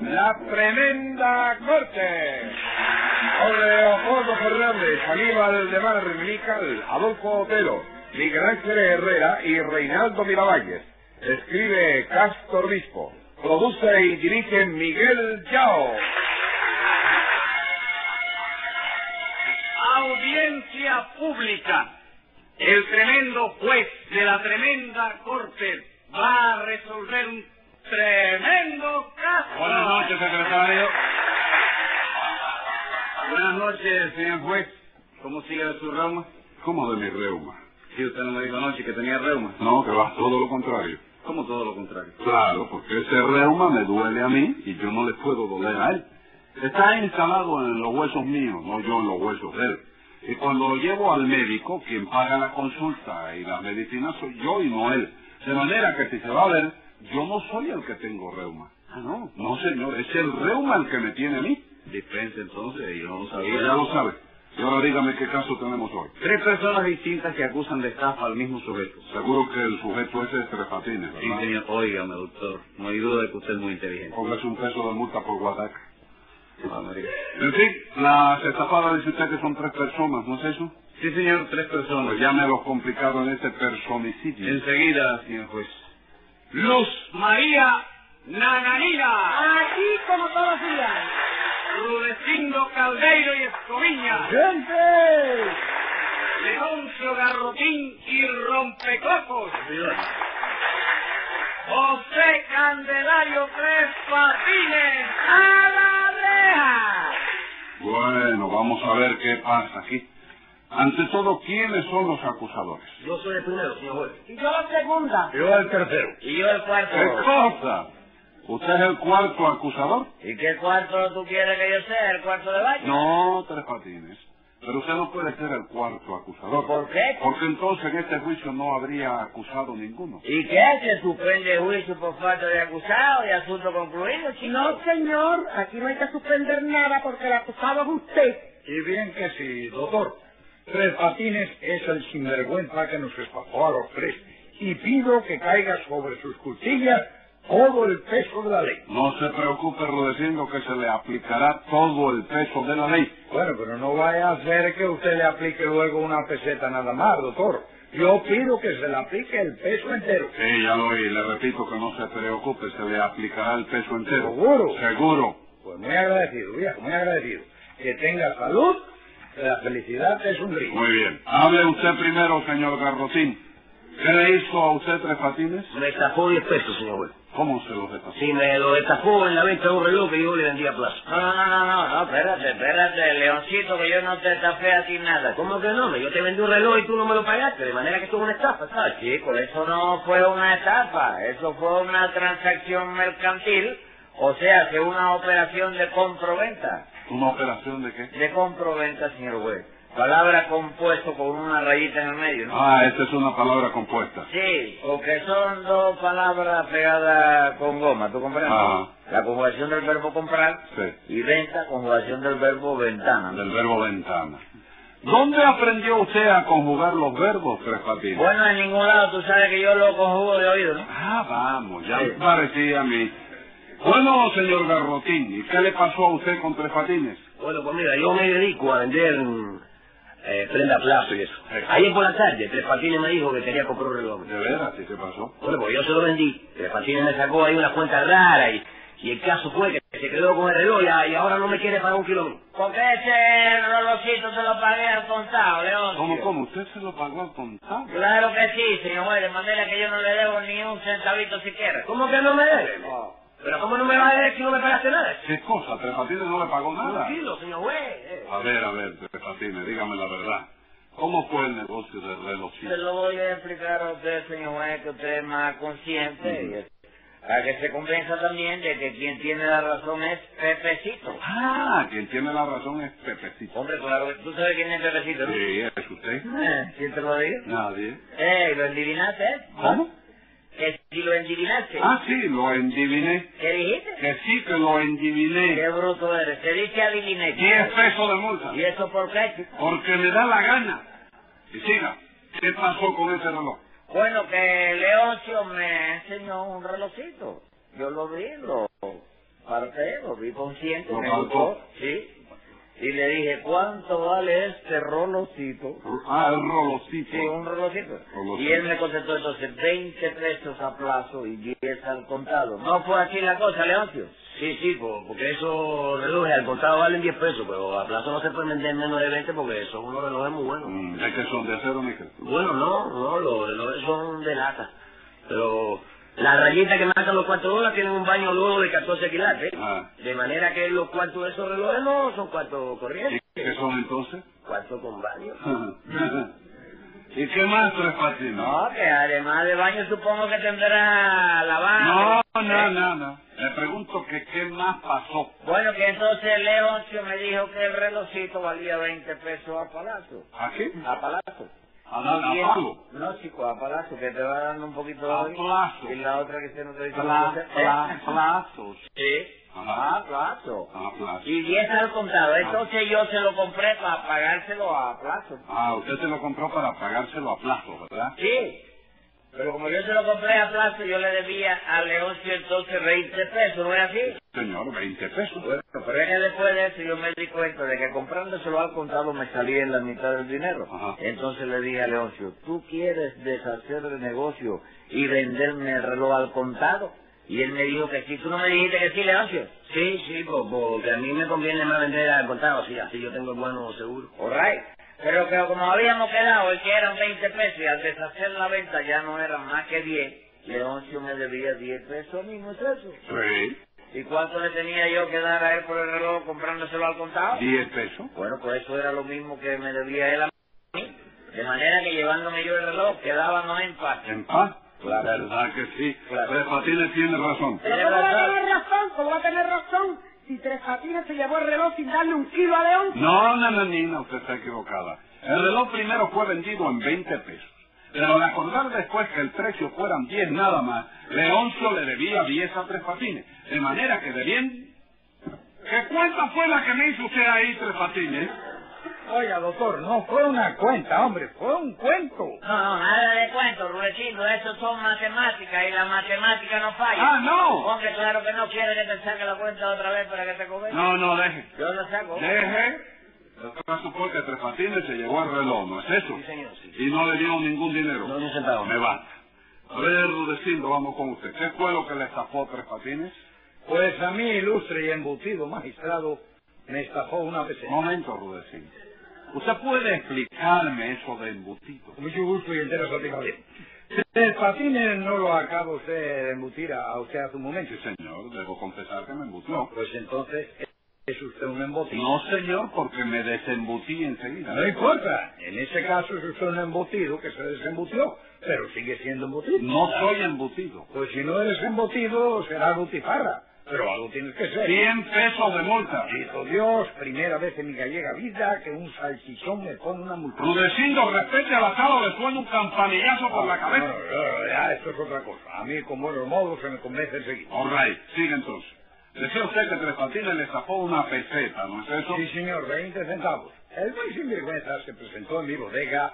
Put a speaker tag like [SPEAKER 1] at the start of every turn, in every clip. [SPEAKER 1] La Tremenda Corte. Con Leopoldo Fernández, Aníbal Aldemar, Mical, Adolfo Otero, Miguel Ángel Herrera y Reinaldo Miravalles. Escribe Castro Rispo. Produce y dirige Miguel Yao.
[SPEAKER 2] Audiencia pública. El tremendo juez de la tremenda corte va a resolver un tremendo caso.
[SPEAKER 3] Buenas noches, secretario.
[SPEAKER 2] Buenas noches, señor juez. ¿Cómo sigue de su reuma?
[SPEAKER 3] ¿Cómo de mi reuma?
[SPEAKER 2] Si usted no me dijo anoche que tenía reuma.
[SPEAKER 3] No, que va todo lo contrario.
[SPEAKER 2] Como todo lo contrario.
[SPEAKER 3] Claro, porque ese reuma me duele a mí y yo no le puedo doler a él. Está instalado en los huesos míos, no yo en los huesos de él. Y cuando lo llevo al médico, quien paga la consulta y las medicinas soy yo y no él. De manera que si se va a ver, yo no soy el que tengo reuma.
[SPEAKER 2] Ah, no.
[SPEAKER 3] No, señor, es el reuma el que me tiene a mí.
[SPEAKER 2] Dispense entonces, yo no lo
[SPEAKER 3] Pero
[SPEAKER 2] sabía.
[SPEAKER 3] ya lo sabe. Y ahora dígame qué caso tenemos hoy.
[SPEAKER 2] Tres personas distintas que acusan de estafa al mismo sujeto.
[SPEAKER 3] Seguro que el sujeto ese es Tres Patines,
[SPEAKER 2] Sí,
[SPEAKER 3] ¿verdad?
[SPEAKER 2] señor. Óigame, doctor. No hay duda de que usted es muy inteligente.
[SPEAKER 3] Póngase un peso de multa por guataca.
[SPEAKER 2] América.
[SPEAKER 3] En fin, las estafadas dice usted que son tres personas, ¿no es eso?
[SPEAKER 2] Sí, señor, tres personas.
[SPEAKER 3] Pues ya me lo complicaron ese este personicidio.
[SPEAKER 2] Enseguida, señor juez. Luz María Nananina,
[SPEAKER 4] Aquí como todos los días.
[SPEAKER 2] Rudecindo Caldeiro y Escoviña,
[SPEAKER 4] ¡Gente!
[SPEAKER 2] Leoncio Garrotín y Rompecocos, José Candelario Tres Patines,
[SPEAKER 4] ¡A la reja!
[SPEAKER 3] Bueno, vamos a ver qué pasa aquí. Ante todo, ¿quiénes son los acusadores?
[SPEAKER 2] Yo soy el primero, señor juez.
[SPEAKER 4] Y yo la segunda.
[SPEAKER 3] Yo el tercero.
[SPEAKER 2] Y yo el cuarto.
[SPEAKER 3] ¡Qué cosa! ¿Usted es el cuarto acusador?
[SPEAKER 2] ¿Y qué cuarto tú quieres que yo sea? ¿El cuarto de baño?
[SPEAKER 3] No, Tres Patines. Pero usted no puede ser el cuarto acusador.
[SPEAKER 2] ¿Por qué?
[SPEAKER 3] Porque entonces en este juicio no habría acusado ninguno.
[SPEAKER 2] ¿Y qué? ¿Se suspende el juicio por falta de acusado y asunto concluido, chico?
[SPEAKER 4] No, señor, aquí no hay que suspender nada porque el acusado es usted.
[SPEAKER 5] Y bien que sí, doctor. Tres Patines es el sinvergüenza que nos estafó a los tres. Y pido que caiga sobre sus cuchillas todo el peso de la ley.
[SPEAKER 3] No se preocupe, Rudecindo, que se le aplicará todo el peso de la ley.
[SPEAKER 5] Bueno, pero no vaya a ser que usted le aplique luego una peseta nada más, doctor. Yo pido que se le aplique el peso entero.
[SPEAKER 3] Sí, ya lo oí. Le repito que no se preocupe, se le aplicará el peso entero.
[SPEAKER 5] ¿Seguro?
[SPEAKER 3] Seguro.
[SPEAKER 5] Pues muy agradecido, viejo, muy agradecido. Que tenga salud, la felicidad es un rico.
[SPEAKER 3] Muy bien. Hable usted primero, señor Garrotín. ¿Qué le hizo a usted tres patines?
[SPEAKER 2] Me estafó 10 pesos, señor juez.
[SPEAKER 3] ¿Cómo se los destapó?
[SPEAKER 2] Si me lo estafó en la venta de un reloj que yo le vendía a plaza.
[SPEAKER 6] No, no, no, no, no, espérate, espérate, Leoncito, que yo no te estafé a ti nada.
[SPEAKER 2] ¿Cómo que no? Yo te vendí un reloj y tú no me lo pagaste, de manera que esto es una estafa, ¿sabes?
[SPEAKER 6] No, chico, eso no fue una estafa, eso fue una transacción mercantil, o sea, que una operación de comproventa.
[SPEAKER 3] ¿Una operación de qué?
[SPEAKER 6] De comproventa, señor juez. Palabra compuesto con una rayita en el medio, ¿no?
[SPEAKER 3] Ah, esta es una palabra compuesta.
[SPEAKER 6] Sí, porque son dos palabras pegadas con goma, ¿tú comprendes?
[SPEAKER 3] Ah.
[SPEAKER 6] La conjugación del verbo comprar
[SPEAKER 3] Sí.
[SPEAKER 6] y venta, conjugación del verbo ventana. ¿no?
[SPEAKER 3] Del verbo ventana. ¿Dónde aprendió usted a conjugar los verbos, Tres Patines?
[SPEAKER 6] Bueno, en ningún lado, tú sabes que yo lo conjugo de oído, ¿no?
[SPEAKER 3] Ah, vamos, ya
[SPEAKER 6] Sí.
[SPEAKER 3] me parecía a mí. Bueno, señor Garrotín, ¿y qué le pasó a usted con Tres Patines?
[SPEAKER 2] Bueno, pues mira, yo me dedico a vender eh, prenda a plazo y eso.
[SPEAKER 3] Sí.
[SPEAKER 2] Ayer por la tarde, Tres Patines me dijo que quería comprar un reloj.
[SPEAKER 3] ¿De veras? ¿Y qué pasó?
[SPEAKER 2] Bueno, pues yo se lo vendí. Tres Patines me sacó ahí una cuenta rara y, y el caso fue que se quedó con el reloj y, y ahora no me quiere pagar un kilómetro.
[SPEAKER 6] Porque ese rolocito te lo pagué al contado, León.
[SPEAKER 3] ¿Cómo, cómo? ¿Usted se lo pagó al contado?
[SPEAKER 6] Claro que sí, señor juez, de manera que yo no le debo ni un centavito siquiera.
[SPEAKER 2] ¿Cómo que no me debe? ¿Pero cómo no me vas a deber si no me pagaste nada?
[SPEAKER 3] Ah, ¿Qué cosa? ¿Tres Patines no le pagó nada?
[SPEAKER 2] Un kilo, señor juez. eh.
[SPEAKER 3] A ver, a ver, Tres Patines, dígame la verdad. ¿Cómo fue el negocio del
[SPEAKER 6] Se
[SPEAKER 3] relojito?
[SPEAKER 6] lo voy a explicar a usted, señor juez, que usted es más consciente.
[SPEAKER 3] Ujú.
[SPEAKER 6] y- Para que se convenza también de que quien tiene la razón es Pepecito.
[SPEAKER 3] Ah, quien tiene la razón es Pepecito.
[SPEAKER 6] Hombre, claro, tú sabes quién es Pepecito, ¿no?
[SPEAKER 3] Sí, es usted.
[SPEAKER 6] Eh, ¿Quién te lo dijo?
[SPEAKER 3] Nadie.
[SPEAKER 6] Eh, ¿lo endivinaste, eh?
[SPEAKER 3] ¿Cómo?
[SPEAKER 6] Que si lo endivinaste.
[SPEAKER 3] Ah, sí, lo endiviné.
[SPEAKER 6] ¿Qué dijiste?
[SPEAKER 3] Que sí que lo endiviné.
[SPEAKER 6] Qué bruto eres. Te dice adiviné.
[SPEAKER 3] Diez pesos de multa.
[SPEAKER 6] ¿Y eso por qué, chico?
[SPEAKER 3] Porque me da la gana. Y siga, ¿qué pasó con ese reloj?
[SPEAKER 6] Bueno, que Leoncio me enseñó un relojito. Yo lo vi, lo Parté, lo vi consciente,
[SPEAKER 3] Lo
[SPEAKER 6] me
[SPEAKER 3] palpó.
[SPEAKER 6] gustó, sí. Y le dije, ¿cuánto vale este rolocito?
[SPEAKER 3] Ah, el rolocito.
[SPEAKER 6] Sí, un rolocito.
[SPEAKER 3] Rolocito.
[SPEAKER 6] Y él me contestó entonces 20 pesos a plazo y 10 al contado. ¿No fue así la cosa, Leoncio?
[SPEAKER 7] Sí, sí, po- porque eso reduce. Al contado valen 10 pesos, pero a plazo no se pueden vender menos de 20 porque son unos relojes muy buenos.
[SPEAKER 3] Mm, ¿De que son de acero, níquel?
[SPEAKER 7] Bueno, no, no, los relojes son de lata. Pero las rayitas que marcan los 4 dólares tienen un baño luego de 14 quilates.
[SPEAKER 3] Ah.
[SPEAKER 7] De manera que los cuartos de esos relojes no son cuartos corrientes,
[SPEAKER 3] ¿Y qué son entonces?
[SPEAKER 7] cuartos con baño.
[SPEAKER 3] ¿Y qué más, Tres Patines?
[SPEAKER 6] No, que además de baño supongo que tendrá
[SPEAKER 3] No,
[SPEAKER 6] lavado.
[SPEAKER 3] no, no, no. Le pregunto que qué más pasó.
[SPEAKER 6] Bueno, que entonces Leoncio me dijo que el relojito valía 20 pesos a palazo.
[SPEAKER 3] ¿A qué?
[SPEAKER 6] A palazo.
[SPEAKER 3] A dar a palo.
[SPEAKER 6] No, chico, a palazo, que te va dando un poquito
[SPEAKER 3] A
[SPEAKER 6] hoy.
[SPEAKER 3] plazo.
[SPEAKER 6] Y la otra que se nos dice.
[SPEAKER 3] Pla, pla, plazos.
[SPEAKER 6] Sí.
[SPEAKER 3] Ajá.
[SPEAKER 6] A plazo.
[SPEAKER 3] A plazo.
[SPEAKER 6] Y 10 al contado. Entonces yo se lo compré para pagárselo a plazo.
[SPEAKER 3] Ah, usted se lo compró para pagárselo a plazo, ¿verdad?
[SPEAKER 6] Sí. Pero como yo se lo compré a plazo, yo le debía a Leoncio entonces 20 pesos, ¿no es así?
[SPEAKER 3] Señor, 20 pesos.
[SPEAKER 6] Bueno, pero es que después de eso yo me di cuenta de que comprándoselo al contado me salía en la mitad del dinero.
[SPEAKER 3] Ajá.
[SPEAKER 6] Entonces le dije a Leoncio, ¿tú quieres deshacer el negocio y venderme el reloj al contado? Y él me dijo que sí. ¿Tú no me dijiste que sí, Leoncio?
[SPEAKER 7] Sí, sí, po- porque a mí me conviene más vender al contado, sí, así yo tengo el bueno seguro.
[SPEAKER 6] All right. Pero que como habíamos quedado en que eran 20 pesos y al deshacer la venta ya no eran más que 10, Leoncio me debía 10 pesos a mí, ¿no es eso?
[SPEAKER 3] Sí.
[SPEAKER 6] ¿Y cuánto le tenía yo que dar a él por el reloj comprándoselo al contado?
[SPEAKER 3] 10 pesos.
[SPEAKER 6] Bueno, pues eso era lo mismo que me debía él a mí. De manera que llevándome yo el reloj quedábamos en paz.
[SPEAKER 3] ¿En paz?
[SPEAKER 6] Claro.
[SPEAKER 3] ¿Verdad que sí?
[SPEAKER 6] Claro.
[SPEAKER 3] Tres Patines tiene razón.
[SPEAKER 4] Pero
[SPEAKER 6] Tiene
[SPEAKER 4] ¿cómo va a
[SPEAKER 6] razón.
[SPEAKER 4] tener razón? ¿Cómo va a tener razón si Tres Patines se llevó el reloj sin darle un kilo a León?
[SPEAKER 3] No, no, no, Nina, usted está equivocada. El reloj primero fue vendido en 20 pesos. Pero al acordar después que el precio fueran 10 nada más, Leoncio le debía 10 a Tres Patines. De manera que de bien... ¿Qué cuenta fue la que me hizo usted ahí, Tres Patines?
[SPEAKER 5] Oiga, doctor, no fue una cuenta, hombre, fue un cuento.
[SPEAKER 6] No, no, nada de cuento, Rulecito. Eso son matemáticas y la matemática no falla.
[SPEAKER 3] ¡Ah, no!
[SPEAKER 6] Hombre, claro que no quiere que te saque la cuenta otra vez para que te cobre.
[SPEAKER 3] No, no, deje.
[SPEAKER 6] Yo la saco.
[SPEAKER 3] Deje. El caso fue que Tres Patines se llevó el reloj, ¿no es eso?
[SPEAKER 7] Sí, señor, sí.
[SPEAKER 3] Y no le dieron ningún dinero.
[SPEAKER 7] No, ni un centavo.
[SPEAKER 3] Me basta. A ver, Rudecindo, vamos con usted. ¿Qué fue lo que le estafó Tres Patines?
[SPEAKER 5] Pues a mí, ilustre y embutido magistrado, me estafó una vez.
[SPEAKER 3] Un momento, Rudecindo. ¿Usted puede explicarme eso de embutido?
[SPEAKER 5] Con mucho gusto y entera satisfacción. Tres patines no lo acabo usted de embutir a, a usted hace un momento.
[SPEAKER 3] Sí, señor, debo confesar que me embutió.
[SPEAKER 5] Pues entonces, ¿es usted un embutido?
[SPEAKER 3] No, señor, porque me desembutí enseguida.
[SPEAKER 5] No importa. En ese caso es usted un embutido que se desembutió, pero sigue siendo embutido.
[SPEAKER 3] No soy embutido.
[SPEAKER 5] Pues si no eres embutido, será gutifarra. Pero algo tienes que ser.
[SPEAKER 3] 100 pesos de multa.
[SPEAKER 5] Hijo Dios, primera vez en mi gallega vida que un salchichón me pone una multa.
[SPEAKER 3] Rudecindo, respete al asado, le suena un campanillazo por la
[SPEAKER 5] Ah, No,
[SPEAKER 3] cabeza.
[SPEAKER 5] no, no, ya, esto es otra cosa. A mí, con buenos modos, se me convence enseguida.
[SPEAKER 3] All right, sigue entonces. Decía usted que Tres Patines le tapó una peseta, ¿no es eso?
[SPEAKER 5] Sí, señor, 20 centavos. El güey sinvergüenza se presentó en mi bodega,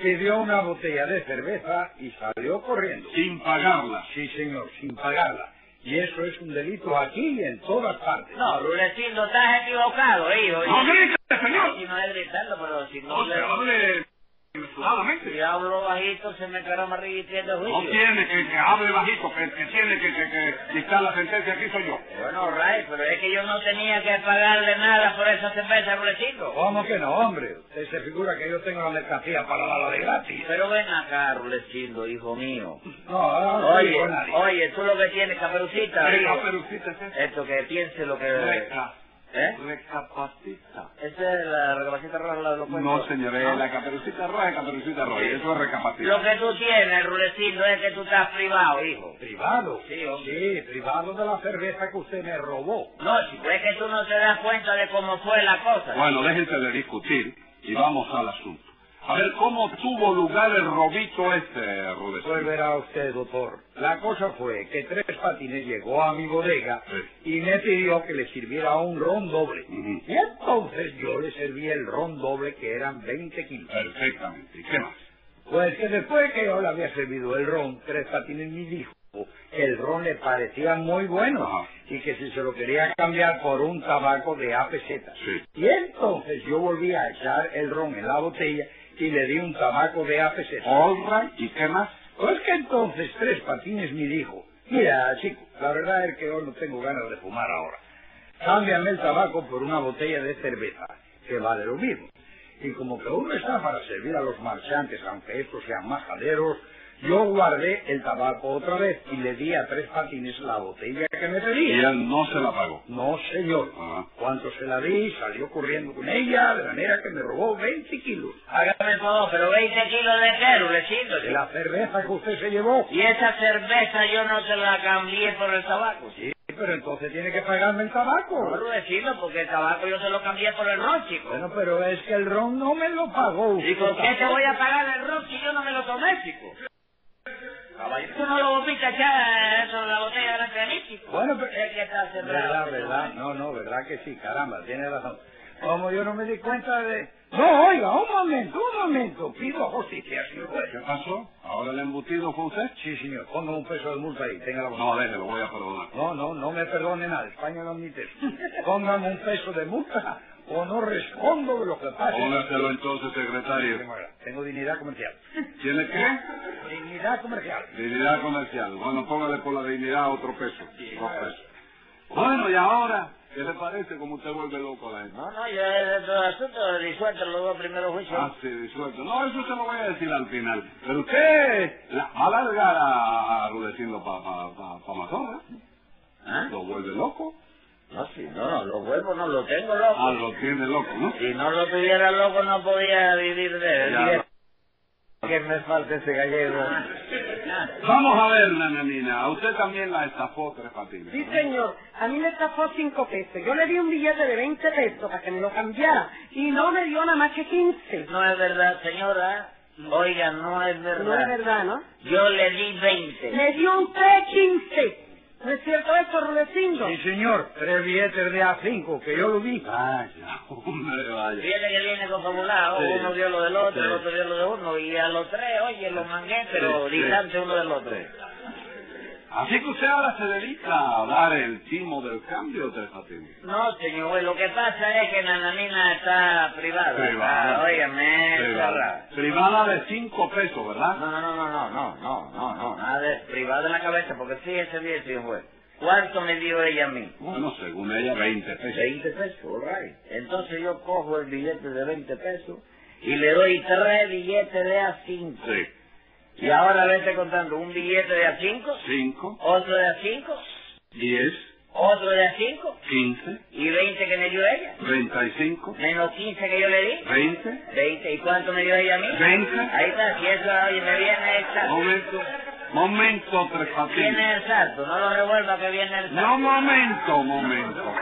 [SPEAKER 5] pidió una botella de cerveza y salió corriendo.
[SPEAKER 3] Sin pagarla.
[SPEAKER 5] Sí, señor, sin pagarla. Y eso es un delito aquí y en todas partes.
[SPEAKER 6] No, Rulecito, estás equivocado, hijo.
[SPEAKER 3] ¡No grite, señor!
[SPEAKER 6] Si no es gritando, pero si no...
[SPEAKER 3] No se
[SPEAKER 6] le-
[SPEAKER 3] hable
[SPEAKER 6] Si
[SPEAKER 3] mesuradamente.
[SPEAKER 6] hablo bajito, se me carama repitiendo
[SPEAKER 3] No
[SPEAKER 6] juicio.
[SPEAKER 3] tiene que, que hable bajito, que, que tiene que, que, que dictar la sentencia aquí soy yo.
[SPEAKER 6] Bueno, Ray, pero es que yo no tenía que pagarle nada por esa cerveza, Rulecito.
[SPEAKER 5] ¿Cómo que no, hombre? Usted se figura que yo tengo la mercancía para darla de gratis.
[SPEAKER 6] Pero ven acá, Rulecito, hijo mío.
[SPEAKER 5] No, ahora
[SPEAKER 3] Ah,
[SPEAKER 5] no
[SPEAKER 6] Oye,
[SPEAKER 5] digo nadie.
[SPEAKER 6] oye, tú lo que tienes, caperucita.
[SPEAKER 3] Venga,
[SPEAKER 6] hijo.
[SPEAKER 3] pero fíjese.
[SPEAKER 6] Esto que piense lo que...
[SPEAKER 3] Reca-
[SPEAKER 6] ¿Eh?
[SPEAKER 3] Recapacita.
[SPEAKER 6] Esa es la recapacita roja, la de los cuentos.
[SPEAKER 3] No, señor, es la caperucita roja es caperucita roja. y Eso es
[SPEAKER 6] Ah, Lo
[SPEAKER 3] recapacitar.
[SPEAKER 6] que tú tienes, Rulecito, es que tú estás privado, hijo.
[SPEAKER 5] Privado.
[SPEAKER 6] Sí, hombre.
[SPEAKER 5] Sí, privado de la cerveza que usted me robó.
[SPEAKER 6] No, chico, es que tú no te das cuenta de cómo fue la cosa.
[SPEAKER 3] Bueno, déjense de discutir y vamos al asunto. A ver, ¿cómo tuvo lugar el robito este,
[SPEAKER 5] Pues
[SPEAKER 3] Rudecindo?
[SPEAKER 5] verá usted, doctor. La cosa fue que Tres Patines llegó a mi bodega y me pidió que le sirviera un ron doble.
[SPEAKER 3] Ujú.
[SPEAKER 5] Y entonces yo le serví el ron doble que eran 20 kilos.
[SPEAKER 3] Perfectamente. ¿Y qué más?
[SPEAKER 5] Pues que después que yo le había servido el ron, Tres Patines me dijo que el ron le parecía muy bueno
[SPEAKER 3] Ajá.
[SPEAKER 5] y que si se lo quería cambiar por un tabaco de APZ.
[SPEAKER 3] Sí.
[SPEAKER 5] Y entonces yo volví a echar el ron en la botella y le di un tabaco de APZ.
[SPEAKER 3] All right, ¿y qué más?
[SPEAKER 5] Pues que entonces Tres Patines me dijo, mira chico, la verdad es que hoy no tengo ganas de fumar ahora. Cámbiame el tabaco por una botella de cerveza, que vale lo mismo. Y como que uno está para servir a los marchantes, aunque estos sean majaderos, yo guardé el tabaco otra vez y le di a Tres Patines la botella que me
[SPEAKER 3] Y
[SPEAKER 5] pedía.
[SPEAKER 3] él no se la pagó. Ah,
[SPEAKER 5] No, señor.
[SPEAKER 3] Ajá.
[SPEAKER 5] Cuando se la di, salió corriendo con ella, de manera que me robó 20 kilos.
[SPEAKER 6] Hágame el favor, pero 20 kilos de qué, Rulecito?
[SPEAKER 5] De la cerveza que usted se llevó.
[SPEAKER 6] Y esa cerveza yo no se la cambié por el tabaco.
[SPEAKER 5] Sí, pero entonces tiene que pagarme el
[SPEAKER 6] No,
[SPEAKER 5] tabaco.
[SPEAKER 6] Rulecito, porque el tabaco yo se lo cambié por el ron, chico.
[SPEAKER 5] Bueno, pero es que el ron no me lo pagó usted.
[SPEAKER 6] ¿Y por qué te voy a pagar el ron si yo no me lo tomé, chico? Tú no lo volviste a echar eso en la botella delante de mí, chico.
[SPEAKER 5] Bueno, pero-
[SPEAKER 6] Es que está cerrado.
[SPEAKER 5] ¿Verdad,
[SPEAKER 6] pero-
[SPEAKER 5] verdad? No, no, verdad que sí, caramba, tiene razón. Como yo no me di cuenta de... No, oiga, un momento, un momento. Pido justicia, señor
[SPEAKER 3] ¿Qué
[SPEAKER 5] juez.
[SPEAKER 3] pasó? ¿Ahora el embutido fue usted?
[SPEAKER 5] Sí, señor, ponga un peso de multa ahí, tenga la
[SPEAKER 3] No,
[SPEAKER 5] bondad.
[SPEAKER 3] deje, lo voy a perdonar.
[SPEAKER 5] No, no, no me perdone nada, España no admite eso. Pongan un peso de multa o no respondo de lo que pase.
[SPEAKER 3] Póngaselo entonces, secretario.
[SPEAKER 5] Tengo dignidad comercial.
[SPEAKER 3] ¿Tiene qué?
[SPEAKER 5] Dignidad comercial.
[SPEAKER 3] Dignidad comercial. Bueno, póngale por la dignidad otro peso. Dos pesos. Bueno, y ahora, ¿qué le parece como usted vuelve loco a la gente?
[SPEAKER 6] No, no, yo de todo asunto disuelto los dos primeros juicios.
[SPEAKER 3] Ah, sí, disuelto. No, eso se lo voy a decir al final. Pero usted la, va a largar a, a Rudecindo para pa, pa, pa Amazonas. ¿eh?
[SPEAKER 6] ¿Ah?
[SPEAKER 3] Lo vuelve loco.
[SPEAKER 6] No, si no, no, los huevos no los tengo loco.
[SPEAKER 3] Ah, lo tiene loco, ¿no?
[SPEAKER 6] Si no lo tuviera loco no podía vivir de él.
[SPEAKER 3] Ya.
[SPEAKER 6] Que me falta ese gallego.
[SPEAKER 3] Vamos a ver, nananina. A usted también la estafó tres patines.
[SPEAKER 4] Sí,
[SPEAKER 3] ¿no?
[SPEAKER 4] señor. A mí me estafó cinco pesos. Yo le di un billete de 20 pesos para que me lo cambiara. Y no me dio nada más que 15.
[SPEAKER 6] No es verdad, señora. Oiga, no es verdad.
[SPEAKER 4] No es verdad, ¿no?
[SPEAKER 6] Yo le di 20.
[SPEAKER 4] Me dio usted 15. ¿No es cierto eso, Rudecindo?
[SPEAKER 5] Sí, señor, tres billetes de A5, que yo lo vi.
[SPEAKER 3] Vaya, hombre, vaya.
[SPEAKER 6] Fíjate que viene confabulado.
[SPEAKER 3] Sí.
[SPEAKER 6] Uno dio lo del otro,
[SPEAKER 3] Sí.
[SPEAKER 6] el otro dio lo de uno. Y a los tres, oye, los mangué, pero
[SPEAKER 3] Sí, sí.
[SPEAKER 6] distante uno del otro.
[SPEAKER 3] Así que usted ahora se dedica a dar el timo del cambio, tres patines.
[SPEAKER 6] No, señor güey, lo que pasa es que Nananina está privada.
[SPEAKER 3] Privada.
[SPEAKER 6] Ah, óigame,
[SPEAKER 3] Privada.
[SPEAKER 6] cerrada.
[SPEAKER 3] Privada de cinco pesos, ¿verdad?
[SPEAKER 6] No, no, no, no, no, no, no, no, no, nada de privada en la cabeza, porque fíjese bien, señor juez. ¿Cuánto me dio ella a mí?
[SPEAKER 3] Bueno, según ella, 20 pesos.
[SPEAKER 6] 20 pesos, all right. Entonces yo cojo el billete de 20 pesos y le doy tres billetes de A5.
[SPEAKER 3] Sí.
[SPEAKER 6] Y ahora vete contando, un billete de A5,
[SPEAKER 3] 5,
[SPEAKER 6] otro de A5,
[SPEAKER 3] 10,
[SPEAKER 6] otro de A5
[SPEAKER 3] 15,
[SPEAKER 6] y 20 que me dio ella,
[SPEAKER 3] 35,
[SPEAKER 6] menos 15 que yo le di.
[SPEAKER 3] 20.
[SPEAKER 6] 20, ¿y cuánto me dio ella a mí?
[SPEAKER 3] 20.
[SPEAKER 6] Ahí está, si eso, oye, me viene exacto.
[SPEAKER 3] Momento, momento, tres patines.
[SPEAKER 6] Viene exacto, no lo revuelva que viene exacto.
[SPEAKER 3] No, momento, momento.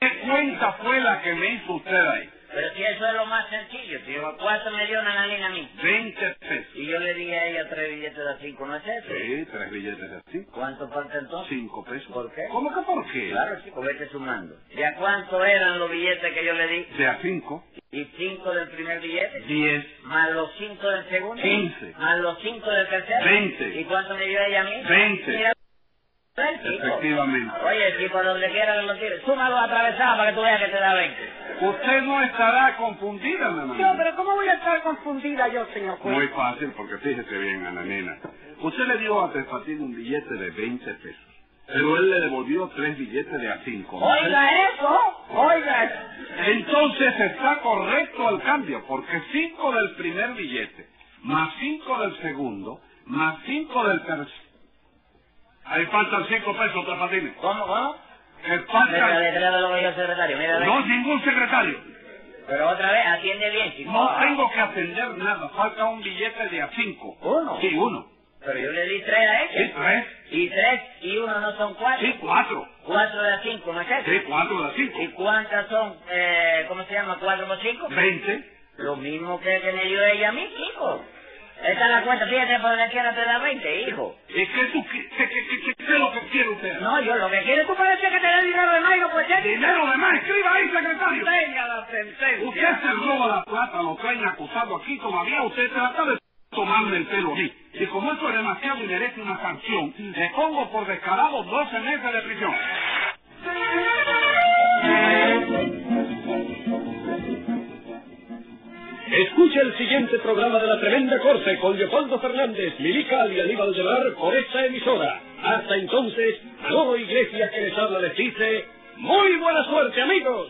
[SPEAKER 3] ¿Qué cuenta fue la que me hizo usted ahí?
[SPEAKER 6] Pero si eso es lo más sencillo, tío. ¿Cuánto me dio Nananina a mí?
[SPEAKER 3] 20 pesos.
[SPEAKER 6] Y yo le di a ella tres billetes de a cinco, ¿no es eso?
[SPEAKER 3] Sí, tres billetes de cinco.
[SPEAKER 6] ¿Cuánto falta entonces?
[SPEAKER 3] 5 pesos.
[SPEAKER 6] ¿Por qué?
[SPEAKER 3] ¿Cómo que por qué?
[SPEAKER 6] Claro, chico, vete sumando. ¿Ya cuánto eran los billetes que yo le di?
[SPEAKER 3] De a 5,
[SPEAKER 6] ¿Y cinco del primer billete?
[SPEAKER 3] 10,
[SPEAKER 6] Más los cinco del segundo.
[SPEAKER 3] Quince.
[SPEAKER 6] Más los cinco del tercero.
[SPEAKER 3] Veinte.
[SPEAKER 6] ¿Y cuánto me dio ella a mí?
[SPEAKER 3] 20.
[SPEAKER 6] Mira, tres, chico.
[SPEAKER 3] Efectivamente.
[SPEAKER 6] Oye, si por donde quiera que lo tires, súmalo atravesado para que tú veas que te da 20.
[SPEAKER 3] Usted no estará confundida, mamá.
[SPEAKER 4] Yo, pero ¿cómo voy a estar confundida yo, señor juez?
[SPEAKER 3] Muy fácil, porque fíjese bien, Ana Nena. Usted le dio a Tres Patines un billete de 20 pesos, pero él le devolvió tres billetes de a 5.
[SPEAKER 4] Oiga eso, oiga eso.
[SPEAKER 3] Entonces está correcto el cambio, porque 5 del primer billete, más 5 del segundo, más 5 del tercero. Ahí faltan 5 pesos, Tres Patines.
[SPEAKER 6] ¿Cómo, cómo?
[SPEAKER 3] Que
[SPEAKER 6] Mira,
[SPEAKER 3] faltan...
[SPEAKER 6] detrás de lo que yo secretario, mira, ve.
[SPEAKER 3] No es ningún secretario.
[SPEAKER 6] Pero otra vez, atiende bien, chico.
[SPEAKER 3] No tengo que atender nada. Falta un billete de a 5.
[SPEAKER 6] ¿Uno?
[SPEAKER 3] Sí, uno.
[SPEAKER 6] Pero yo le di tres a
[SPEAKER 3] Sí,
[SPEAKER 6] ella.
[SPEAKER 3] tres.
[SPEAKER 6] Y tres y uno no son cuatro.
[SPEAKER 3] Sí, cuatro.
[SPEAKER 6] Cuatro de cinco, ¿no es eso?
[SPEAKER 3] Sí, cuatro de a 5.
[SPEAKER 6] ¿Y cuántas son, eh, cómo se llama, cuatro por cinco?
[SPEAKER 3] 20.
[SPEAKER 6] Lo mismo que, que me dio ella a mí, chico. Esta es la cuenta, fíjate por donde quiera te da 20, hijo.
[SPEAKER 3] ¿Y qué, tú, qué, qué- qué- qué- qué es lo que quiere usted?
[SPEAKER 6] No, yo lo que quiero es
[SPEAKER 4] ¿Tú parece que te da dinero de mayo, pues ya?
[SPEAKER 3] Dinero de más, escriba ahí, secretario.
[SPEAKER 2] Tenga la sentencia.
[SPEAKER 3] Usted se roba la plata, lo traen acusado aquí todavía, usted trata de tomarme el pelo a mí. Y como esto es demasiado y merece una sanción, le pongo por descarado 12 meses de prisión.
[SPEAKER 5] Escuche el siguiente programa de La Tremenda Corte con Leopoldo Fernández, Milical y Aníbal de Mar por esta emisora. Hasta entonces, Manolo Iglesias que les habla les dice, ¡Muy buena suerte, amigos!